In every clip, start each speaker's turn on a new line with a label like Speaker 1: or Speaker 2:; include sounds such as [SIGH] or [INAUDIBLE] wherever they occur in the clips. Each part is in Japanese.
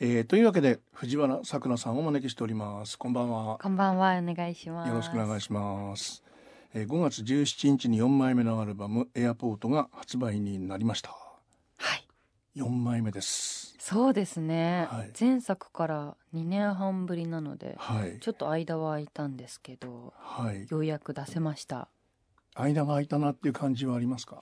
Speaker 1: えー、というわけで藤原さくらさんをお招きしておりますこんばんは
Speaker 2: こんばんはお願いします
Speaker 1: よろしくお願いします、えー、5月17日に4枚目のアルバムエアポートが発売になりました
Speaker 2: はい
Speaker 1: 4枚目です
Speaker 2: そうですね、
Speaker 1: はい
Speaker 2: 前作から2年半ぶりなので
Speaker 1: はい
Speaker 2: ちょっと間は空いたんですけど
Speaker 1: はい
Speaker 2: ようやく出せました
Speaker 1: 間が空いたなっていう感じはありますか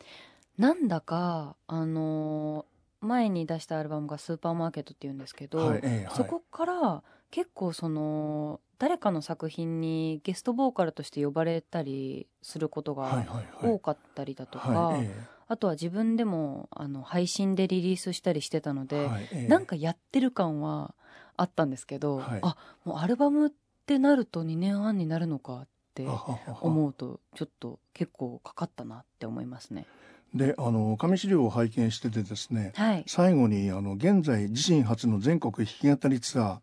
Speaker 2: なんだかあのー前に出したアルバムが「スーパーマーケット」っていうんですけど、
Speaker 1: はい、ええ
Speaker 2: そこから結構その誰かの作品にゲストボーカルとして呼ばれたりすること
Speaker 1: はいはい
Speaker 2: が
Speaker 1: はいはい
Speaker 2: 多かったりだとか、
Speaker 1: はいえ
Speaker 2: あとは自分でもあの配信でリリースしたりしてたの
Speaker 1: え
Speaker 2: で、
Speaker 1: はいええ
Speaker 2: なんかやってる感はあったんですけど、
Speaker 1: はい
Speaker 2: あもうアルバムってなると2年半になるのかって
Speaker 1: あははは
Speaker 2: 思うとちょっと結構かかったなって思いますね。
Speaker 1: であの紙資料を拝見しててですね
Speaker 2: はい、
Speaker 1: 最後にあの現在自身初の全国弾き語りツアー、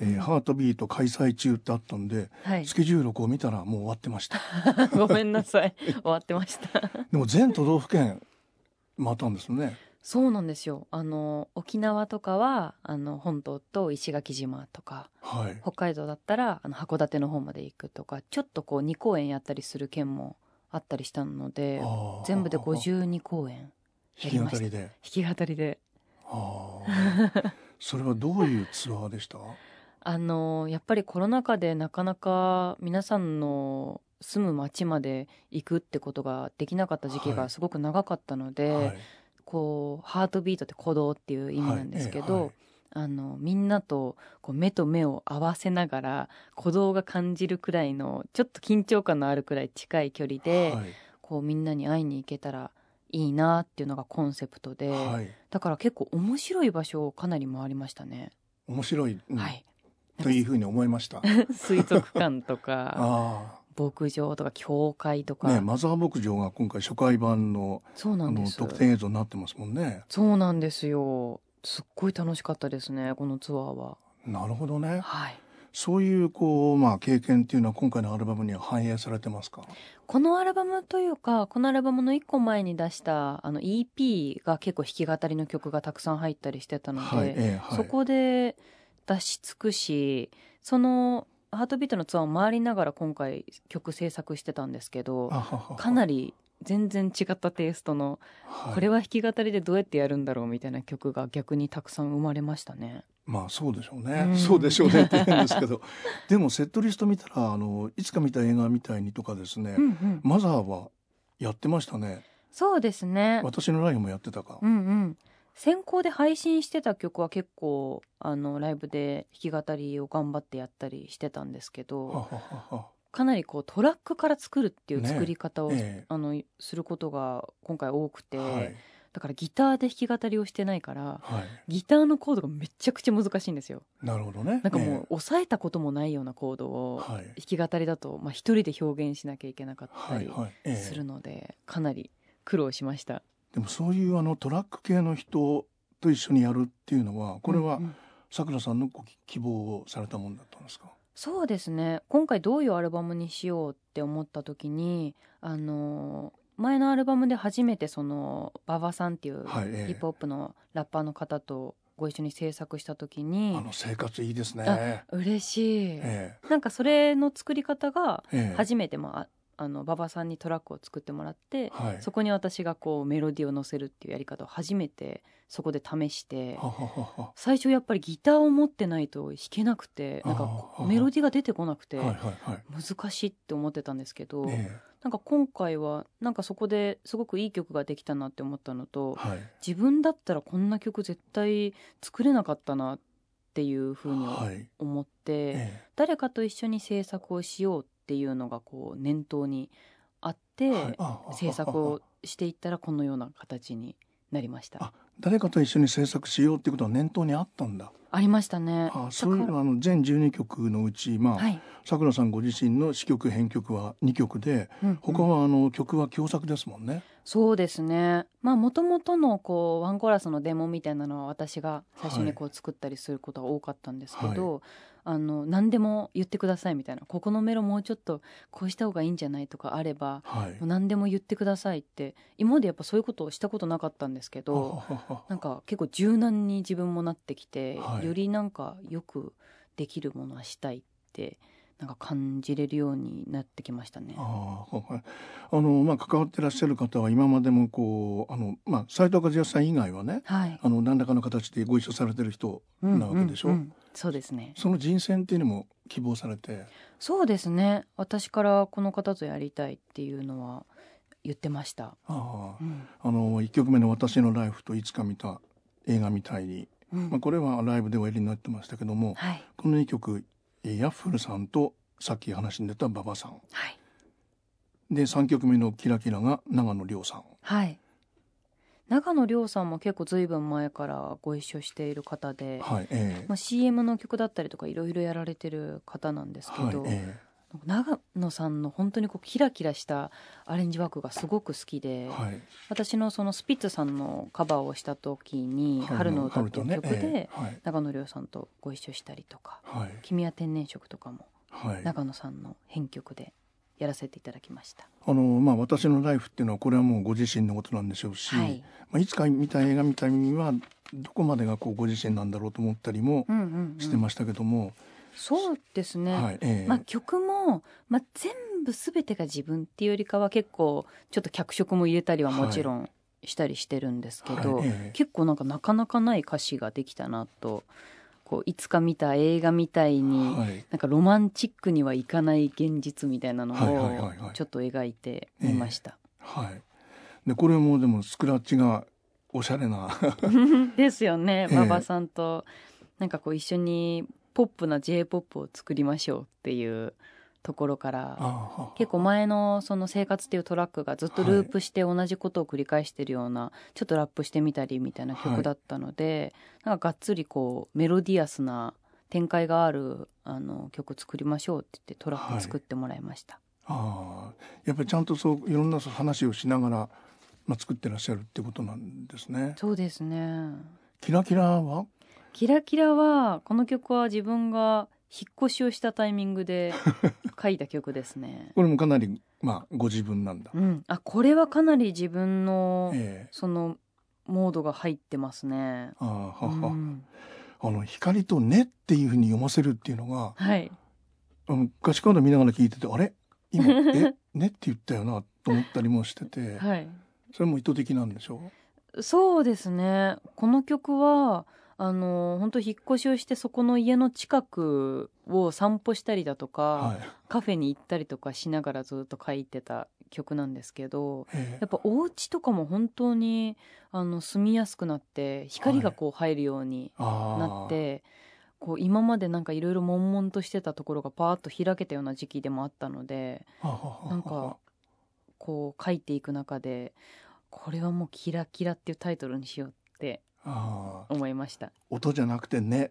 Speaker 1: えー
Speaker 2: うん
Speaker 1: ハートビート開催中ってあったんで、 [LAUGHS]
Speaker 2: はい、
Speaker 1: スケジュールをこう見たらもう終わってました
Speaker 2: [LAUGHS] ごめんなさい終わってました。
Speaker 1: でも全都道府県回ったんですね
Speaker 2: そうなんですよあの沖縄とかはあの本島と石垣島とか
Speaker 1: はい
Speaker 2: 北海道だったらあの函館の方まで行くとかちょっとこう2公演やったりする県もあったりしたので
Speaker 1: あー
Speaker 2: 全部で52公演
Speaker 1: 弾き語りで
Speaker 2: 弾き語りで
Speaker 1: あーそれはどういうツアーでした
Speaker 2: あのやっぱりコロナ禍でなかなか皆さんの住む町まで行くってことができなかった時期
Speaker 1: はい
Speaker 2: がすごく長かったので、
Speaker 1: はい
Speaker 2: こうハートビートって鼓動っていう意味なんですけど、
Speaker 1: はいえ
Speaker 2: あのみんなとこう目と目を合わせながら鼓動が感じるくらいのちょっと緊張感のあるくらい近い距離
Speaker 1: え
Speaker 2: で、
Speaker 1: はい
Speaker 2: こうみんなに会いに行けたらいいなっていうのがコンセプトで、
Speaker 1: はいはい
Speaker 2: だから結構面白い場所をかなり回りましたね。
Speaker 1: 面白い、うん
Speaker 2: はい [LAUGHS]
Speaker 1: というふうに思いました
Speaker 2: 水族館
Speaker 1: [LAUGHS]
Speaker 2: とか
Speaker 1: あ
Speaker 2: 牧場とか教会と
Speaker 1: あ
Speaker 2: か、
Speaker 1: ねマザー牧場が今回初回版の
Speaker 2: そうな
Speaker 1: あ
Speaker 2: んで
Speaker 1: の
Speaker 2: す
Speaker 1: 特典映像になってますもんね
Speaker 2: そうなんですよすっごい楽しかったですねこのツアーは
Speaker 1: なるほどね
Speaker 2: はい
Speaker 1: そういうこう、まあ、経験っていうのは今回のアルバムには反映されてますか。
Speaker 2: このアルバムというかこのアルバムの1個前に出したあの EP が結構弾き語りの曲がたくさん入ったりしてたので、
Speaker 1: はい、ええはい、
Speaker 2: そこで出し尽くしその「ハートビートのツアーを回りながら今回曲制作してたんですけどかな
Speaker 1: り、
Speaker 2: り全然違ったテイストの
Speaker 1: はい、
Speaker 2: これは弾き語りでどうやってやるんだろうみたいな曲が逆にたくさん生まれましたね。
Speaker 1: まあ、そうでしょう
Speaker 2: う
Speaker 1: ね。
Speaker 2: ん
Speaker 1: そうでしょうねって言うんですけど。でも、セットリスト見たら、あの、いつか見た映画みたいにとかですね。
Speaker 2: うんうん、
Speaker 1: マザーはやってましたね。
Speaker 2: そうですね。
Speaker 1: 私のラインもやってたか。
Speaker 2: うんうん。先行で配信してた曲は結構あのライブで弾き語りを頑張ってやったりしてたんですけ
Speaker 1: はは
Speaker 2: ど、
Speaker 1: はは。
Speaker 2: かなりこうトラックから作るっていう
Speaker 1: ね
Speaker 2: 作り方を、
Speaker 1: え
Speaker 2: あのすることが今回多く
Speaker 1: え
Speaker 2: て、
Speaker 1: はい。
Speaker 2: だからギターで弾き語りをしてないから
Speaker 1: はい。
Speaker 2: ギターのコードがめちゃくちゃ難しいんですよ
Speaker 1: なるほどね。
Speaker 2: なんかもう、
Speaker 1: え
Speaker 2: 抑えたこともないようなコード
Speaker 1: え
Speaker 2: を
Speaker 1: はい。
Speaker 2: 弾き語りだと、まあ、一人で表現しなきゃいけなかった
Speaker 1: はい。
Speaker 2: り
Speaker 1: はい。ええ
Speaker 2: するので、かなり苦労しました
Speaker 1: でも、そういう、あの、トラック系の人と一緒にやるっていうのは、これは
Speaker 2: うんう。ん
Speaker 1: さくらさんのご希希望をされたもんだったんですか。
Speaker 2: そうですね今回どういうアルバムにしようって思った時にあの前のアルバムで初めてその馬場さんっていう
Speaker 1: はい、
Speaker 2: ヒ
Speaker 1: え
Speaker 2: ップ
Speaker 1: え
Speaker 2: ホップのラッパーの方とご一緒に制作した時に
Speaker 1: あの生活いいですね。
Speaker 2: あ嬉しい、
Speaker 1: ええ
Speaker 2: なんかそれの作り方が
Speaker 1: ええ
Speaker 2: 初めて、まあ、あの馬場さんにトラックを作ってもらって、
Speaker 1: はい。
Speaker 2: そこに私がこうメロディーを乗せるっていうやり方を初めてそこで試して
Speaker 1: はははは
Speaker 2: 最初やっぱりギターを持ってないと弾けなくてなんかこ
Speaker 1: あ
Speaker 2: う
Speaker 1: ー
Speaker 2: メロディーが出てこなくて
Speaker 1: はいはいはい。
Speaker 2: 難しいって思ってたんですけど、
Speaker 1: ええ
Speaker 2: なんか今回はなんかそこですごくいい曲ができたなって思ったのと
Speaker 1: はい。
Speaker 2: 自分だったらこんな曲絶対作れなかったなっていうふうに
Speaker 1: はい。
Speaker 2: 思って、
Speaker 1: え
Speaker 2: 誰かと一緒に制作をしようっていうのがこう念頭にあっ
Speaker 1: え
Speaker 2: て、
Speaker 1: はいああ
Speaker 2: 制作
Speaker 1: あ
Speaker 2: をしていったらこのような形になりました。
Speaker 1: あ
Speaker 2: あ
Speaker 1: 誰かと一緒に制作しようっていうことは念頭にあったんだ。
Speaker 2: りましたね。
Speaker 1: あそうい
Speaker 2: だ
Speaker 1: う
Speaker 2: か
Speaker 1: あの全12曲のうちま
Speaker 2: ら
Speaker 1: あ
Speaker 2: はい。
Speaker 1: さくらさんご自身の詞曲編曲は2曲で
Speaker 2: うんうん
Speaker 1: 他はあの曲は共作ですもんね。
Speaker 2: そうですねまあもともとのこうワンコーラスのデモみたいなのは私が最初
Speaker 1: は
Speaker 2: に
Speaker 1: い
Speaker 2: こう作ったりすることが多かったんですけど、あの何でも言ってくださいみたいなここのメロもうちょっとこうした方がいいんじゃないとかあれば
Speaker 1: はい
Speaker 2: もう何でも言ってくださいって今までやっぱそういうことをしたことなかったんですけど
Speaker 1: ははは
Speaker 2: なんか結構柔軟に自分もなってきて、
Speaker 1: はい
Speaker 2: よりなんかよくできるものはしたいってなんか感じれるようになってきましたね。
Speaker 1: ああはいあのまあ関わってらっしゃる方は今までもこうあのまあ斉藤和義さん以外はね
Speaker 2: はい。
Speaker 1: あの何らかの形でご一緒されてる人なわけでしょ
Speaker 2: うんうんうんそうですね。
Speaker 1: その人選っていうのも希望されて
Speaker 2: そうですね。私からこの方とやりたいっていうのは言ってました。
Speaker 1: あ
Speaker 2: う
Speaker 1: あ
Speaker 2: ん。
Speaker 1: あの一曲目の「私のライフ」といつか見た映画みたいに、
Speaker 2: うん
Speaker 1: まあ、これはライブでおやりになってましたけども
Speaker 2: はい。
Speaker 1: この2曲えヤッフルさんとさっき話に出た馬場さん
Speaker 2: はい。
Speaker 1: で3曲目の「キラキラ」が長野亮さん。
Speaker 2: はい。長野亮さんも結構ずいぶん前からご一緒している方で、
Speaker 1: はいええ
Speaker 2: まあ、CM の曲だったりとかいろいろやられてる方なんですけ
Speaker 1: はい
Speaker 2: ど、
Speaker 1: え
Speaker 2: 長野さんの本当にこうキラキラしたアレンジワークがすごく好き
Speaker 1: え
Speaker 2: で、
Speaker 1: はい、
Speaker 2: 私のそのスピッツさんのカバーをした時に「春
Speaker 1: 春
Speaker 2: の
Speaker 1: の
Speaker 2: 歌」っていう曲
Speaker 1: 春とねえ
Speaker 2: で
Speaker 1: えはい
Speaker 2: 長野亮さんとご一緒したりとか
Speaker 1: はい
Speaker 2: 「君は天然色」とかも
Speaker 1: はい、
Speaker 2: 長野さんの編曲でやらせていただきました。
Speaker 1: あのまあ私のライフっていうのはこれはもうご自身のことなんでしょうし、
Speaker 2: はい
Speaker 1: まあ、いつか見た映画みたいにはどこまでがこうご自身なんだろうと思ったりも
Speaker 2: うんうんうん
Speaker 1: してましたけども、
Speaker 2: そうですね、
Speaker 1: はいええ
Speaker 2: まあ、曲も、まあ、全部全てが自分っていうよりかは結構ちょっと脚色も入れたりはもちろんしたりしてるんですけど、
Speaker 1: はいええ
Speaker 2: 結構なんかなかなかない歌詞ができたなとこういつか見た映画みたいに、
Speaker 1: はい
Speaker 2: なんかロマンチックにはいかない現実みたいなの
Speaker 1: はいはいはいは
Speaker 2: を
Speaker 1: い
Speaker 2: ちょっと描いてみ
Speaker 1: [LAUGHS]
Speaker 2: ました。
Speaker 1: はい、でこれもでもスクラッチがおしゃれな
Speaker 2: ですよね
Speaker 1: ええ
Speaker 2: 馬場さんとなんかこう一緒にポップな j p o p を作りましょうっていうところから
Speaker 1: ああ
Speaker 2: 結構前のその生活っていうトラックがずっとループして同じことを繰り返してるような、ちょっとラップしてみたりみたいな
Speaker 1: は
Speaker 2: 曲
Speaker 1: い
Speaker 2: だったので、なんかがっつりこうメロディアスな展開があるあの曲作りましょうって言ってトラック作ってもらいました、
Speaker 1: ああやっぱりちゃんとそういろんなそう話をしながら、まあ、作ってらっしゃるってことなんですね。
Speaker 2: そうですね
Speaker 1: キラキラは
Speaker 2: キラキラはこの曲は自分が引っ越しをしたタイミング [LAUGHS] で書いた曲ですね
Speaker 1: これもかなり、まあ、ご自分なんだ。
Speaker 2: うんあこれはかなり自分の
Speaker 1: ええ
Speaker 2: そのモードが入ってますね
Speaker 1: ああはは
Speaker 2: うん
Speaker 1: あの光と「ね」っていうふうに読ませるっていうのが
Speaker 2: はい
Speaker 1: あの歌詞カード見ながら聞いててあれ今「え [LAUGHS] ね」って言ったよなと思ったりもしてて、
Speaker 2: はい
Speaker 1: それも意図的なんでしょう
Speaker 2: そうですねこの曲はあの本当引っ越しをしてそこの家の近くを散歩したりだとか、
Speaker 1: はい
Speaker 2: カフェに行ったりとかしながらずっと書いてた曲なんですけど
Speaker 1: ええ
Speaker 2: やっぱお家とかも本当にあの住みやすくなって光が
Speaker 1: はい
Speaker 2: こう入るように
Speaker 1: ああ
Speaker 2: なって、こう今までなんかいろいろ悶々としてたところがパーッと開けたような時期でもあったので
Speaker 1: ははは
Speaker 2: なんかこう書いていく中でこれはもう「キラキラ」っていうタイトルにしようって
Speaker 1: ああ
Speaker 2: 思いました
Speaker 1: 音じゃなくて「ね」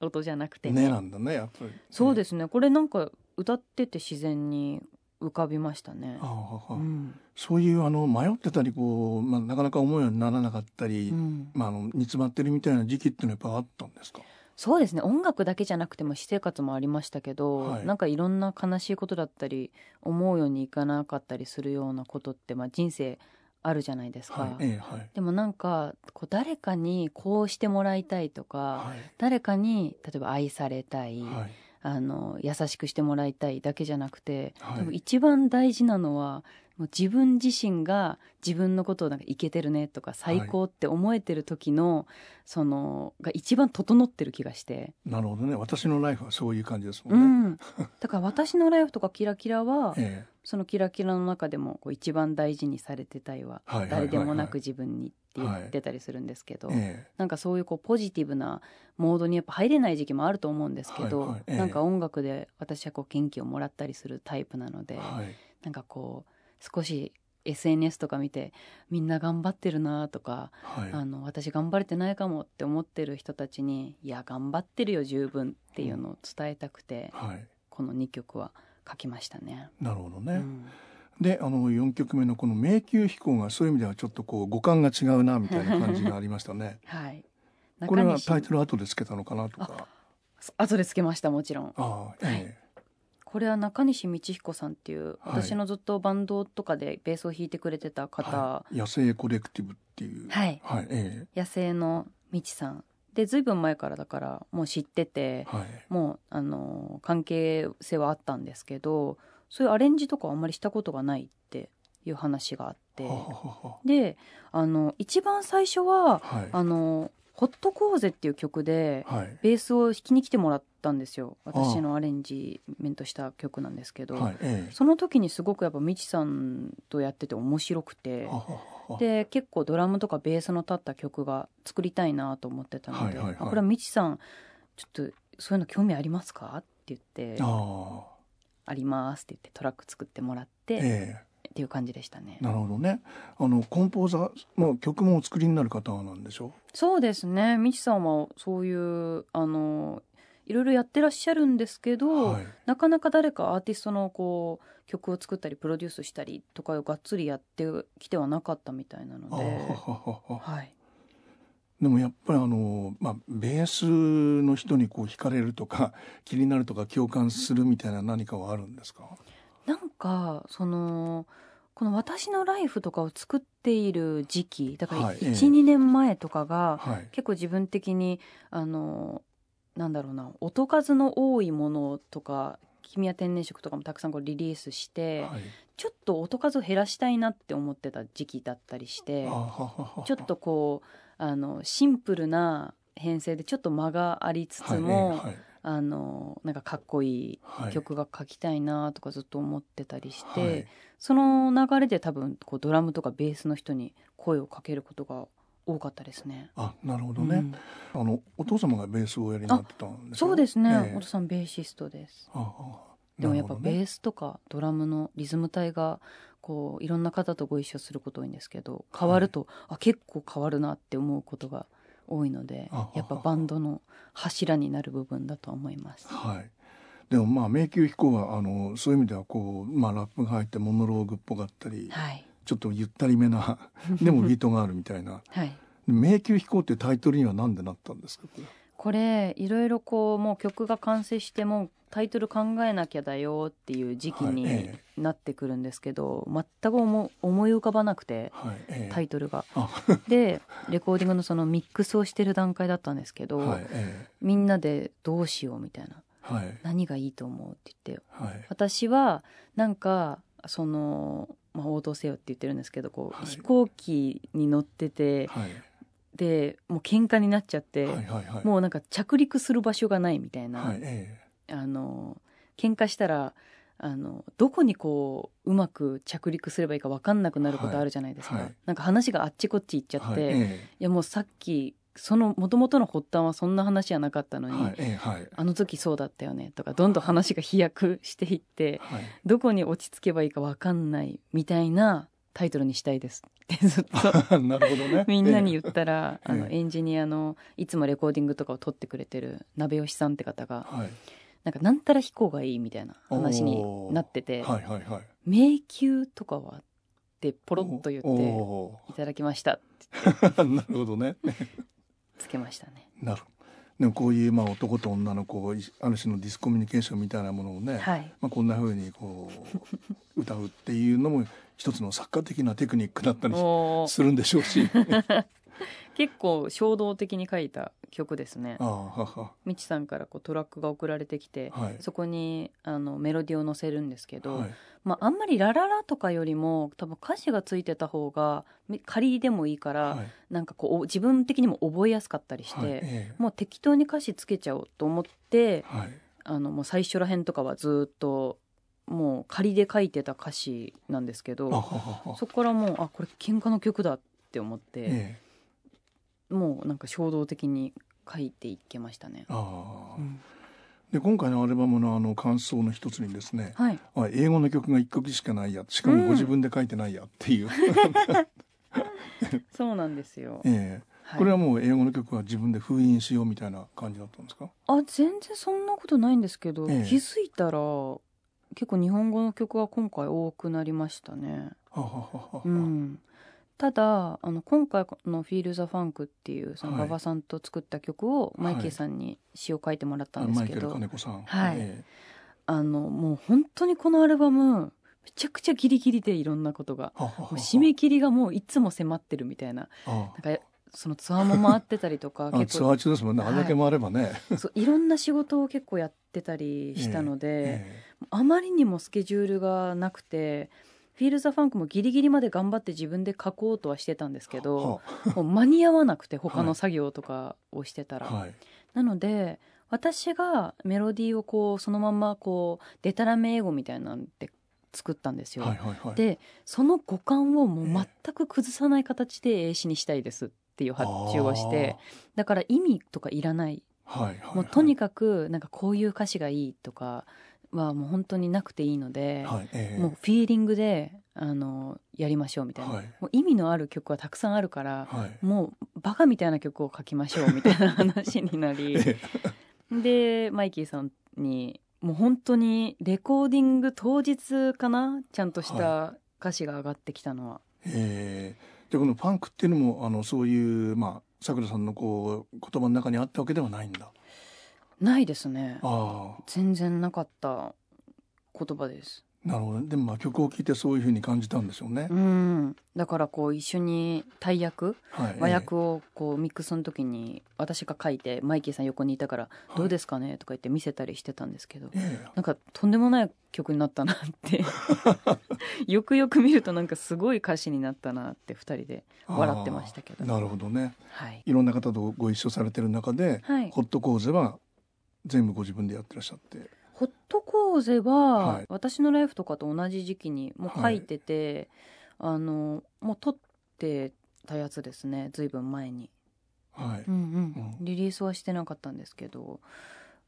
Speaker 2: 音じゃな
Speaker 1: 「
Speaker 2: くてね
Speaker 1: ね」なんだねやっぱり
Speaker 2: そうですすねこれなんか歌ってて自然に浮かびましたね
Speaker 1: ああは
Speaker 2: う
Speaker 1: は
Speaker 2: ん、
Speaker 1: そういうあの迷ってたりこう、まあ、なかなか思うようにならなかったり、
Speaker 2: うん
Speaker 1: まあ、あの煮詰まってるみたいな時期っていうのはやっぱあったんですか
Speaker 2: そうですね音楽だけじゃなくても私生活もありましたけど、
Speaker 1: はい
Speaker 2: なんかいろんな悲しいことだったり思うようにいかなかったりするようなことって、まあ、人生あるじゃないですか、
Speaker 1: はいええはい
Speaker 2: でもなんかこう誰かにこうしてもらいたいとか、
Speaker 1: はい
Speaker 2: 誰かに例えば愛されたい、
Speaker 1: はい
Speaker 2: あの優しくしてもらいたいだけじゃなくて、
Speaker 1: はい
Speaker 2: 多分一番大事なのはもう自分自身が自分のことをなんかいけてるねとか
Speaker 1: い
Speaker 2: 最高って思えてる時の、そのが一番整ってる気がして、
Speaker 1: なるほどね私のライフはそういう感じですも
Speaker 2: うん
Speaker 1: ね、
Speaker 2: ん、だから私のライフとかキラキラは、
Speaker 1: ええ
Speaker 2: そのキラキラの中でもこう一番大事にされてたいは
Speaker 1: はいはいはいは
Speaker 2: 誰
Speaker 1: い
Speaker 2: でもなく自分にって言ってたりするんですけど、
Speaker 1: え
Speaker 2: なんかそういうこうポジティブなモードにやっぱ入れない時期もあると思うんですけど、
Speaker 1: はいはいええ
Speaker 2: なんか音楽で私はこう元気をもらったりするタイプなので、
Speaker 1: えはい、
Speaker 2: なんかこう少し SNS とか見てみんな頑張ってるなとか、
Speaker 1: はい、
Speaker 2: あの私頑張れてないかもって思ってる人たちにいや頑張ってるよ十分っていうのを伝えたくて、
Speaker 1: はい、
Speaker 2: この2曲は書きましたね。
Speaker 1: なるほど
Speaker 2: う
Speaker 1: ね、
Speaker 2: ん。
Speaker 1: であの4曲目のこの「迷宮飛行」がそういう意味ではちょっとこう五感が違うなみたいな感じがありましたね
Speaker 2: [LAUGHS] はい。
Speaker 1: これはタイ
Speaker 2: ル
Speaker 1: トル後でつけたのかなとか。
Speaker 2: 後でつけましたもちろん。
Speaker 1: ああ、え
Speaker 2: これは中西道彦さんっていう
Speaker 1: はい
Speaker 2: 私のずっとバンドとかでベースを弾いてくれてた
Speaker 1: え
Speaker 2: 方、
Speaker 1: はい野生コレクティブっていう。
Speaker 2: はい
Speaker 1: はい、え
Speaker 2: 野生の道さんでずいぶん前からだからもう知って
Speaker 1: え
Speaker 2: て
Speaker 1: はい。
Speaker 2: もうあの関係性はあったんですけどそういうアレンジとかはあんまりしたことがないっていう話があって
Speaker 1: ははは
Speaker 2: であの一番最初は
Speaker 1: ははい。
Speaker 2: あの「ホットコーゼ」っていう曲で
Speaker 1: はい。
Speaker 2: ベースを弾きに来てもらったんですよ私のアレンジメントした曲なんですけど、
Speaker 1: はい、ええ
Speaker 2: その時にすごくやっぱみちさんとやってて面白くて
Speaker 1: はははは
Speaker 2: で結構ドラムとかベースの立った曲が作りたいなと思ってたので、
Speaker 1: はいはいはい
Speaker 2: あこれはみちさんちょっとそういうの興味ありますかって言って
Speaker 1: あ
Speaker 2: あ
Speaker 1: あ、
Speaker 2: りますって言ってトラック作ってもらって、
Speaker 1: え
Speaker 2: っていう感じでしたね
Speaker 1: え。なるほどね。あのコンポーザー、もう曲もお作りになる方なんでしょ
Speaker 2: そうですねみちさんはそういうあのいろいろやってらっしゃるんですけど、
Speaker 1: はい。
Speaker 2: なかなか誰かアーティストのこう曲を作ったりプロデュースしたりとかをがっつりやってきてはなかったみたいなの
Speaker 1: ああ、は
Speaker 2: で。
Speaker 1: ははは。
Speaker 2: はい、
Speaker 1: [LAUGHS] でもやっぱりあの、まあ、ベースの人にこう惹かれるとか [LAUGHS] 気になるとか共感するみたいな何かはあるんですか
Speaker 2: なんかそのこの「私のライフ」とかを作っている時期だから
Speaker 1: はいええ
Speaker 2: 12、年前とかが
Speaker 1: はい。
Speaker 2: 結構自分的にあのなんだろうな音数の多いものとか「君は天然色」とかもたくさんこうリリースして、
Speaker 1: はい、
Speaker 2: ちょっと音数を減らしたいなって思ってた時期だったりして
Speaker 1: あ。ははは
Speaker 2: ちょっとこうあのシンプルな編成でちょっと間がありつつも、
Speaker 1: はいえ
Speaker 2: あのなんかかっこい
Speaker 1: えはい
Speaker 2: い曲が書きたいなとかずっと思ってたりして、
Speaker 1: はいはい
Speaker 2: その流れで多分こうドラムとかベースの人に声をかけることが多かったですね。
Speaker 1: あなるほどね、あのお父様がベースをおやりになってたん
Speaker 2: うん
Speaker 1: です
Speaker 2: そうですすね、
Speaker 1: ええ
Speaker 2: お父さんベーシストです。
Speaker 1: ああ
Speaker 2: でもやっぱベ
Speaker 1: ス
Speaker 2: ースとかドラムのリズム体がこういろんな方とご一緒すること多いんですけど変わると、あ結構変わるなって思うことが多いので
Speaker 1: あ
Speaker 2: やっぱバンドの柱になる部分だとは思います。
Speaker 1: はいでもまあ「迷宮飛行は」あのそういう意味ではこう、まあ、ラップが入ってモノローグっぽかったり
Speaker 2: はい、
Speaker 1: ちょっとゆったりめな [LAUGHS] でもビートがあるみたいな
Speaker 2: [LAUGHS] はい、
Speaker 1: 「迷宮飛行」っていうタイトルには何でなったんですかこれ
Speaker 2: これいろいろこうもう曲が完成してもうタイトル考えなきゃだよっていう時期
Speaker 1: はい
Speaker 2: に
Speaker 1: え
Speaker 2: なってくるんですけど、全く思思い浮かばなくて
Speaker 1: はいええ
Speaker 2: タイトルが。
Speaker 1: あ
Speaker 2: でレコーディングのそのミックスをしてる段階だったんですけど、
Speaker 1: はいええ
Speaker 2: みんなでどうしようみたいな
Speaker 1: はい
Speaker 2: 何がいいと思うって言って
Speaker 1: はい
Speaker 2: 私はなんかその、まあ、応答せよって言ってるんですけどこう、
Speaker 1: はい
Speaker 2: 飛行機に乗ってて
Speaker 1: はい
Speaker 2: でもう喧嘩になっちゃって、
Speaker 1: はいはいはい
Speaker 2: もうなんか着陸する場所がないみたいな、
Speaker 1: はいえ
Speaker 2: あの喧嘩したらあのどこにこううまく着陸すればいいか分かんなくなることあるじゃないですか、
Speaker 1: はいはい
Speaker 2: なんか話があっちこっち行っち
Speaker 1: え
Speaker 2: ゃっ
Speaker 1: はい
Speaker 2: て、い
Speaker 1: え
Speaker 2: やもうさっきそのもともとの発端はそんな話じゃなかったの
Speaker 1: え
Speaker 2: に、
Speaker 1: はいええはい
Speaker 2: あの時そうだったよねとかどんどん話が飛躍していって
Speaker 1: はい
Speaker 2: どこに落ち着けばいいか分かんないみたいなタイトルにしたいですってずっ
Speaker 1: [LAUGHS]
Speaker 2: と
Speaker 1: なるほどね。
Speaker 2: [LAUGHS] みんなに
Speaker 1: え
Speaker 2: 言ったら、
Speaker 1: ええ
Speaker 2: あのエンジニアのいつもレコーディングとかを撮ってくれてる鍋吉さんって方
Speaker 1: え
Speaker 2: が
Speaker 1: はい。
Speaker 2: なんかなんたら飛行がいいみたいな話になってて
Speaker 1: はいはいはい。
Speaker 2: 「迷宮とかは?」ってポロッと言って
Speaker 1: お
Speaker 2: 「いただきました」
Speaker 1: ー [LAUGHS] なるほどね。
Speaker 2: つけましたね。
Speaker 1: なる。でもこういうまあ男と女のこういある種のディスコミュニケーションみたいなものをね、
Speaker 2: はい
Speaker 1: まあこんな風にこう歌うっていうのも一つの作家的なテクニックだったり
Speaker 2: [LAUGHS] おー
Speaker 1: するんでしょうし。
Speaker 2: 結構衝動的に書いた曲ですね
Speaker 1: ああは
Speaker 2: みちさんからこうトラックが送られてきて、
Speaker 1: ははい
Speaker 2: そこにあのメロディーを載せるんですけど、
Speaker 1: はい
Speaker 2: まあ、あんまり「ラララ」とかよりも多分歌詞がついてた方がみ仮でもいいから、
Speaker 1: はい
Speaker 2: なんかこうお自分的にも覚えやすかったりして、
Speaker 1: はいええ
Speaker 2: もう適当に歌詞つけちゃおうと思って
Speaker 1: はい
Speaker 2: あのもう最初らへんとかはずっともう仮で書いてた歌詞なんですけ
Speaker 1: あは
Speaker 2: ど
Speaker 1: はは
Speaker 2: そこからもうあこれ喧嘩の曲だって思って、
Speaker 1: ええ
Speaker 2: もうなんか衝動的に書いていけましたね。
Speaker 1: ああ
Speaker 2: うん
Speaker 1: で今回のアルバムのあの感想の一つにですね、
Speaker 2: はい
Speaker 1: あ英語の曲が一曲しかないやしか
Speaker 2: う
Speaker 1: も
Speaker 2: ん
Speaker 1: ご自分で書いてないやって
Speaker 2: [LAUGHS]
Speaker 1: いう、
Speaker 2: そうなんですよ。
Speaker 1: ええ
Speaker 2: はい、
Speaker 1: これはもう英語の曲は自分で封印しようみたいな感じだったんですか
Speaker 2: あ全然そんなことないんですけど、
Speaker 1: ええ
Speaker 2: 気づいたら結構日本語の曲が今回多くなりましたね。
Speaker 1: ははははは
Speaker 2: うん、ただあの今回の「Feel the Funk」っていうその
Speaker 1: はい
Speaker 2: 馬場さんと作った曲をマイケ
Speaker 1: は
Speaker 2: ル
Speaker 1: い
Speaker 2: さんに詞を書いてもらった
Speaker 1: あ
Speaker 2: んです
Speaker 1: マイ
Speaker 2: け
Speaker 1: ケル
Speaker 2: ど、
Speaker 1: 金子さん。
Speaker 2: はい
Speaker 1: え
Speaker 2: あのもう本当にこのアルバムめちゃくちゃギリギリでいろんなことが。
Speaker 1: えははは
Speaker 2: もう締め切りがもういつも迫ってるみたいな
Speaker 1: あ
Speaker 2: なんかそのツアーも回ってたりとか
Speaker 1: [LAUGHS] あ
Speaker 2: 結
Speaker 1: ツ
Speaker 2: 構
Speaker 1: アー中ですもんね。あれだけ回ればね。
Speaker 2: そういろんな仕事を結構やってたりしたので、
Speaker 1: え
Speaker 2: あまりにもスケジュールがなくて「フィール・ザ・ファンク」もギリギリまで頑張って自分で書こうとはしてたんですけ
Speaker 1: え
Speaker 2: ど
Speaker 1: は
Speaker 2: もう間に合わなくて他
Speaker 1: は
Speaker 2: の
Speaker 1: い
Speaker 2: 作業とかをしてたら。
Speaker 1: はい
Speaker 2: なので私がメロディーをこうそのままこうデタラメ英語みたいなんで作ったんですよ。
Speaker 1: はいはいはい。
Speaker 2: でその五感をもう全く崩さない形で英詞にしたいですっていう発注をしてだから意味とかいらない
Speaker 1: あー。はいはいはい。
Speaker 2: もうとにかくなんかこういう歌詞がいいとかはもう本当になくていいので、
Speaker 1: はいええ
Speaker 2: もうフィーリングであのやりましょうみたいな、
Speaker 1: はい
Speaker 2: もう意味のある曲はたくさんあるから、 [LAUGHS]
Speaker 1: はい。
Speaker 2: もうバカみたいな曲を書きましょうみたいな話にな
Speaker 1: [LAUGHS]
Speaker 2: り
Speaker 1: え
Speaker 2: でマイキーさんにもう本当にレコーディング当日かなちゃんとした歌詞が上がってきたのは。
Speaker 1: えでこのパンクっていうのもあのそういうまあさくらさんのこう言葉の中にあったわけではないんだ。
Speaker 2: ないですね
Speaker 1: あ
Speaker 2: 全然なかった言葉です。
Speaker 1: あなるほどね。でもまあ曲を聴いてそういうふうに感じたんでしょうね。
Speaker 2: うん、だからこう一緒に大役
Speaker 1: はい。
Speaker 2: 和訳をこうミックスの時に私が書いてマイキーさん横にいたから「どうですすかね?」とか言って見せたりしてたんですけど
Speaker 1: ええ
Speaker 2: なんかとんでもない曲になったなってよくよく見るとなんかすごい歌詞になったなって2人で笑ってましたけど
Speaker 1: あーなるほどね
Speaker 2: はい、
Speaker 1: いろんな方とご一緒されてる中で、
Speaker 2: はい、
Speaker 1: ホットコーゼは全部ご自分でやってらっしゃって
Speaker 2: ホットコーゼは、
Speaker 1: はい
Speaker 2: 私のライフとかと同じ時期にもう書いてて、あのもう撮ってたやつですね随分前に。
Speaker 1: はい、
Speaker 2: うんうん
Speaker 1: う
Speaker 2: リリースはしてなかったんですけど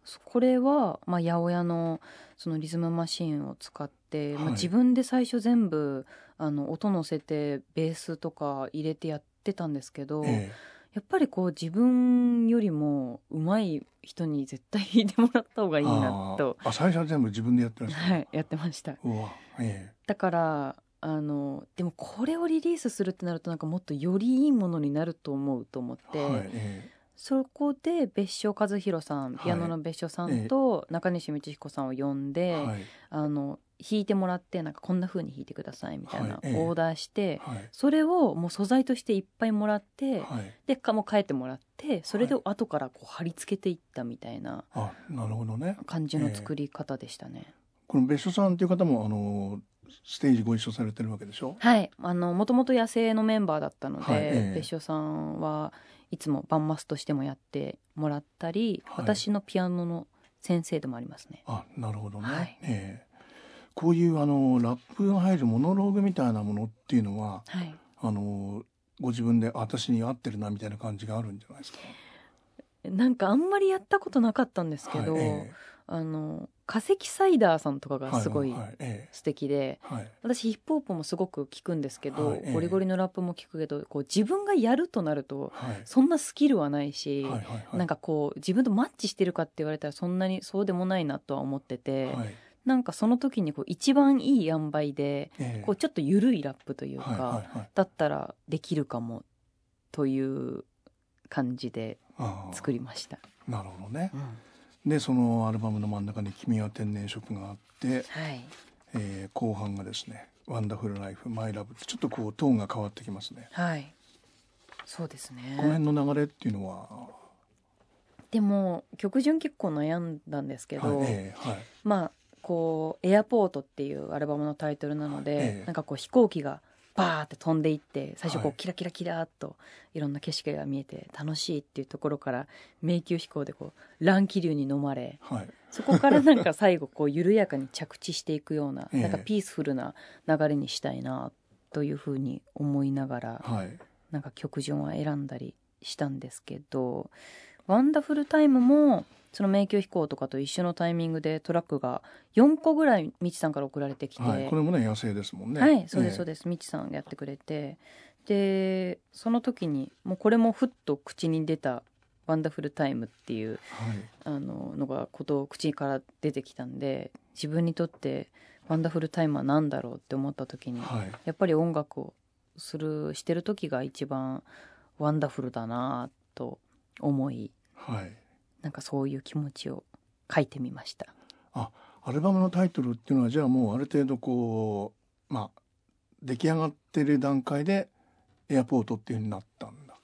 Speaker 2: そこれは、まあ、八百屋のそのリズムマシンを使って、まあ
Speaker 1: はい
Speaker 2: 自分で最初全部あの音乗せてベースとか入れてやってたんですけど、
Speaker 1: え
Speaker 2: やっぱりこう自分よりも上手い人に絶対弾いてもらった方が
Speaker 1: え
Speaker 2: いいなと、
Speaker 1: あーあ最初は全部自分でやってらっしゃる、
Speaker 2: [LAUGHS] はい、やってました。
Speaker 1: うわえ
Speaker 2: だからあのでもこれをリリースするってなるとなんかもっとよりいいものになると思うと思っ
Speaker 1: え
Speaker 2: て、
Speaker 1: はいえ
Speaker 2: そこで別所和弘さん
Speaker 1: はい
Speaker 2: ピアノの別所さんと中西道彦さんを呼んで、
Speaker 1: えはい
Speaker 2: あの弾いてもらってなんかこんな風に弾いてくださいみたい
Speaker 1: は
Speaker 2: な
Speaker 1: いええ
Speaker 2: オーダーして、
Speaker 1: はい
Speaker 2: それをもう素材としていっぱいもらって、
Speaker 1: はい
Speaker 2: でかもう書いてもらってそれで
Speaker 1: は
Speaker 2: 後からこう貼り付けていったみたいな
Speaker 1: あなるほどね
Speaker 2: 感じの作り方でしたね。
Speaker 1: この別所さんっていう方もあのステージご一緒されてるわけでしょ
Speaker 2: はいあのもともと野生のメンバーだったので、
Speaker 1: はいええ
Speaker 2: 別所さんはいつもバンマスとしてもやってもらったり、
Speaker 1: はい
Speaker 2: 私のピアノの先生でもありますね。
Speaker 1: あなるほどね、
Speaker 2: はい
Speaker 1: ええこういうあのラップが入るモノローグみたいなものっていうのは
Speaker 2: はい
Speaker 1: あのご自分であ私に合ってるなみたいな感じがあるんじゃないですか
Speaker 2: なんかあんまりやったことなかったんですけど、
Speaker 1: はいええ
Speaker 2: あの化石サイダーさんとかがすごい
Speaker 1: はいはいええ
Speaker 2: 素敵で、
Speaker 1: はい
Speaker 2: 私ヒップホップもすごく聞くんですけど、
Speaker 1: はいええ
Speaker 2: ゴリゴリのラップも聞くけどこう自分がやるとなると
Speaker 1: はい
Speaker 2: そんなスキルはないし、
Speaker 1: はいはいはい
Speaker 2: なんかこう自分とマッチしてるかって言われたらそんなにそうでもないなとは思ってて、
Speaker 1: はい
Speaker 2: なんかその時にこう一番いい塩梅で
Speaker 1: ええ
Speaker 2: こうちょっと緩いラップというか、
Speaker 1: はいはいはい
Speaker 2: だったらできるかもという感じで
Speaker 1: ああ
Speaker 2: 作りました。
Speaker 1: なるほどね
Speaker 2: うん
Speaker 1: でそのアルバムの真ん中に「君は天然色」があって、
Speaker 2: はい、
Speaker 1: えー後半がですね「ワンダフルライフマイラブ」ってちょっとこうトーンが変わってきますね。
Speaker 2: はい、そうです
Speaker 1: この
Speaker 2: ね
Speaker 1: 辺の流れっていうのは、
Speaker 2: でも曲順結構悩んだんですけど、
Speaker 1: はいええはい
Speaker 2: まあこう「エアポート」っていうアルバムのタイトルなので、
Speaker 1: はいええ
Speaker 2: なんかこう飛行機がバーって飛んでいって最初こう
Speaker 1: はい
Speaker 2: キラキラキラーっといろんな景色が見えて楽しいっていうところから迷宮飛行でこう乱気流に飲まれ
Speaker 1: はい
Speaker 2: そこからなんか最後こう緩やかに着地していくような、
Speaker 1: ええ
Speaker 2: なんかピースフルな流れにしたいなというふうに思いながら
Speaker 1: はい
Speaker 2: なんか曲順は選んだりしたんですけど「ワンダフルタイムも」その迷宮飛行とかと一緒のタイミングでトラックが4個ぐらいみちさんから送られてきて、
Speaker 1: はい、これもね野生ですもんね。
Speaker 2: はいそうですそう
Speaker 1: で
Speaker 2: です、みちさんがやってくれてでその時にもうこれもふっと口に出た「ワンダフルタイム」っていう
Speaker 1: す。はい
Speaker 2: あののがこと口から出てきたんで自分にとってワンダフルタイムは何だろうって思った時に
Speaker 1: はい、
Speaker 2: やっぱり音楽をするしてる時が一番ワンダフルだなぁと思い
Speaker 1: はい、
Speaker 2: なんかそういう気持ちを書いてみました。
Speaker 1: アルバムのタイトルっていうのはじゃあもうある程度こうまあ出来上がってる段階でエアポートっていうふうになったんだ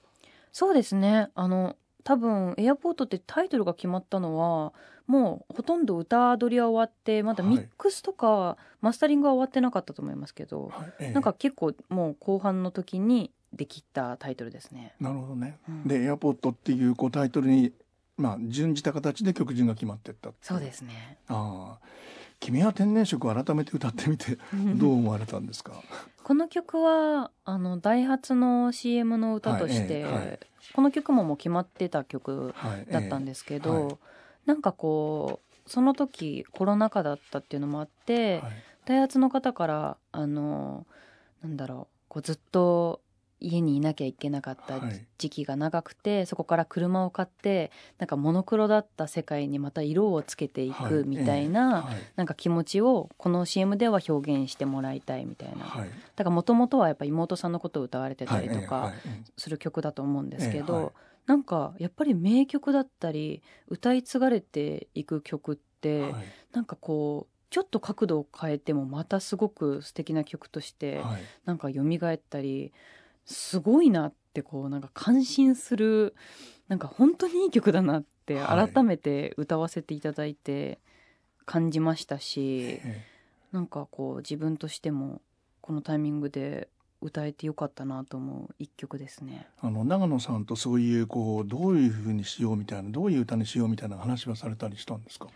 Speaker 2: そうですねあの多分「エアポート」ってタイトルが決まったのはもうほとんど歌取りは終わってまだ
Speaker 1: はい
Speaker 2: ミックスとかマスタリングは終わってなかったと思いますけど、
Speaker 1: はいええ
Speaker 2: なんか結構もう後半の時にできたタイトルですね。
Speaker 1: なるほどね、
Speaker 2: うん
Speaker 1: でエアポートっていうこうタイトルにまあ準じた形で曲順が決まってったってい
Speaker 2: そうですね。
Speaker 1: ああ君は天然色を改めて歌ってみてどう思われたんですか
Speaker 2: この曲はあのダイハツの CM の歌として、
Speaker 1: はいええはい
Speaker 2: この曲ももう決まってた曲
Speaker 1: はい
Speaker 2: だったん
Speaker 1: で
Speaker 2: ですけど、
Speaker 1: ええはい
Speaker 2: なんかこうその時コロナ禍だったっていうのもあって、
Speaker 1: はい
Speaker 2: ダイハツの方からあのなんだろうこうずっと家にいなきゃいけなかった
Speaker 1: はい
Speaker 2: 時期が長くて、そこから車を買ってなんかモノクロだった世界にまた色をつけてい
Speaker 1: はいええ
Speaker 2: くみたいな、
Speaker 1: はい
Speaker 2: なんか気持ちをこの CM では表現してもらいたいみたいな、
Speaker 1: はい
Speaker 2: だからもともとはやっぱ妹さんのことを歌われてたりと
Speaker 1: はい
Speaker 2: か
Speaker 1: ええはいうん
Speaker 2: する曲だと思うんですけど、
Speaker 1: ええはい
Speaker 2: なんかやっぱり名曲だったり歌い継がれていく曲って、
Speaker 1: はい
Speaker 2: なんかこうちょっと角度を変えてもまたすごく素敵な曲として、
Speaker 1: はい
Speaker 2: なんか蘇ったりすごいなってこうなんか感心するなんか本当にいい曲だなって
Speaker 1: はい
Speaker 2: 改めて歌わせていただいて感じましたし、
Speaker 1: え
Speaker 2: なんかこう自分としてもこのタイミングで歌えてよかったなと思う一曲ですね。
Speaker 1: あの長野さんとそういうこうどういうふうにしようみたいなどういう歌にしようみたいな話はされたりしたんですか。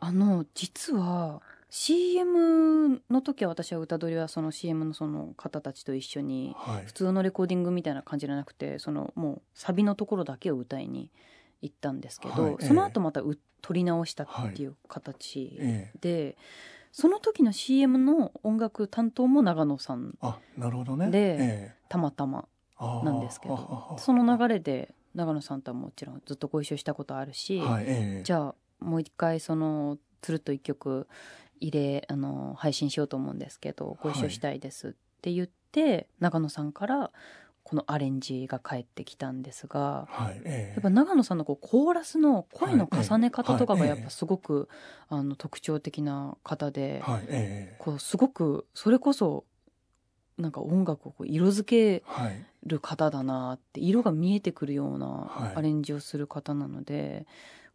Speaker 2: あの実は CM の時は私は歌取りはその CM のその方たちと一緒に
Speaker 1: はい
Speaker 2: 普。通のレコーディングみたいな感じじゃなくてそのもうサビのところだけを歌いに行ったんですけど、
Speaker 1: はい
Speaker 2: その後またう撮り直したっていう形
Speaker 1: ええ。
Speaker 2: で、その時の CM の音楽担当も長野さん
Speaker 1: あ、なるほどね。
Speaker 2: で
Speaker 1: ええ
Speaker 2: たまたま
Speaker 1: あー
Speaker 2: なんですけ
Speaker 1: はは
Speaker 2: ど
Speaker 1: は
Speaker 2: その流れで長野さんとはもちろんずっとご一緒したことあるし、
Speaker 1: はい。ええ。
Speaker 2: じゃあもう一回そのつるっと一曲入れあの配信しようと思うんですけどご一緒したいですって言って、長野さんからこのアレンジが返ってきたんですが。
Speaker 1: はい。え
Speaker 2: やっぱ
Speaker 1: え。
Speaker 2: 長野さんのこうコーラスの声の重ね方とか
Speaker 1: は
Speaker 2: が
Speaker 1: いええ
Speaker 2: やっぱすごくあの特徴的な方で
Speaker 1: はい。ええ。
Speaker 2: こうすごくそれこそなんか音楽をこう色付け
Speaker 1: はい。
Speaker 2: ちょっと見えてくる方だなって色が見えてくるよう
Speaker 1: は
Speaker 2: ないアレンジをする方なので、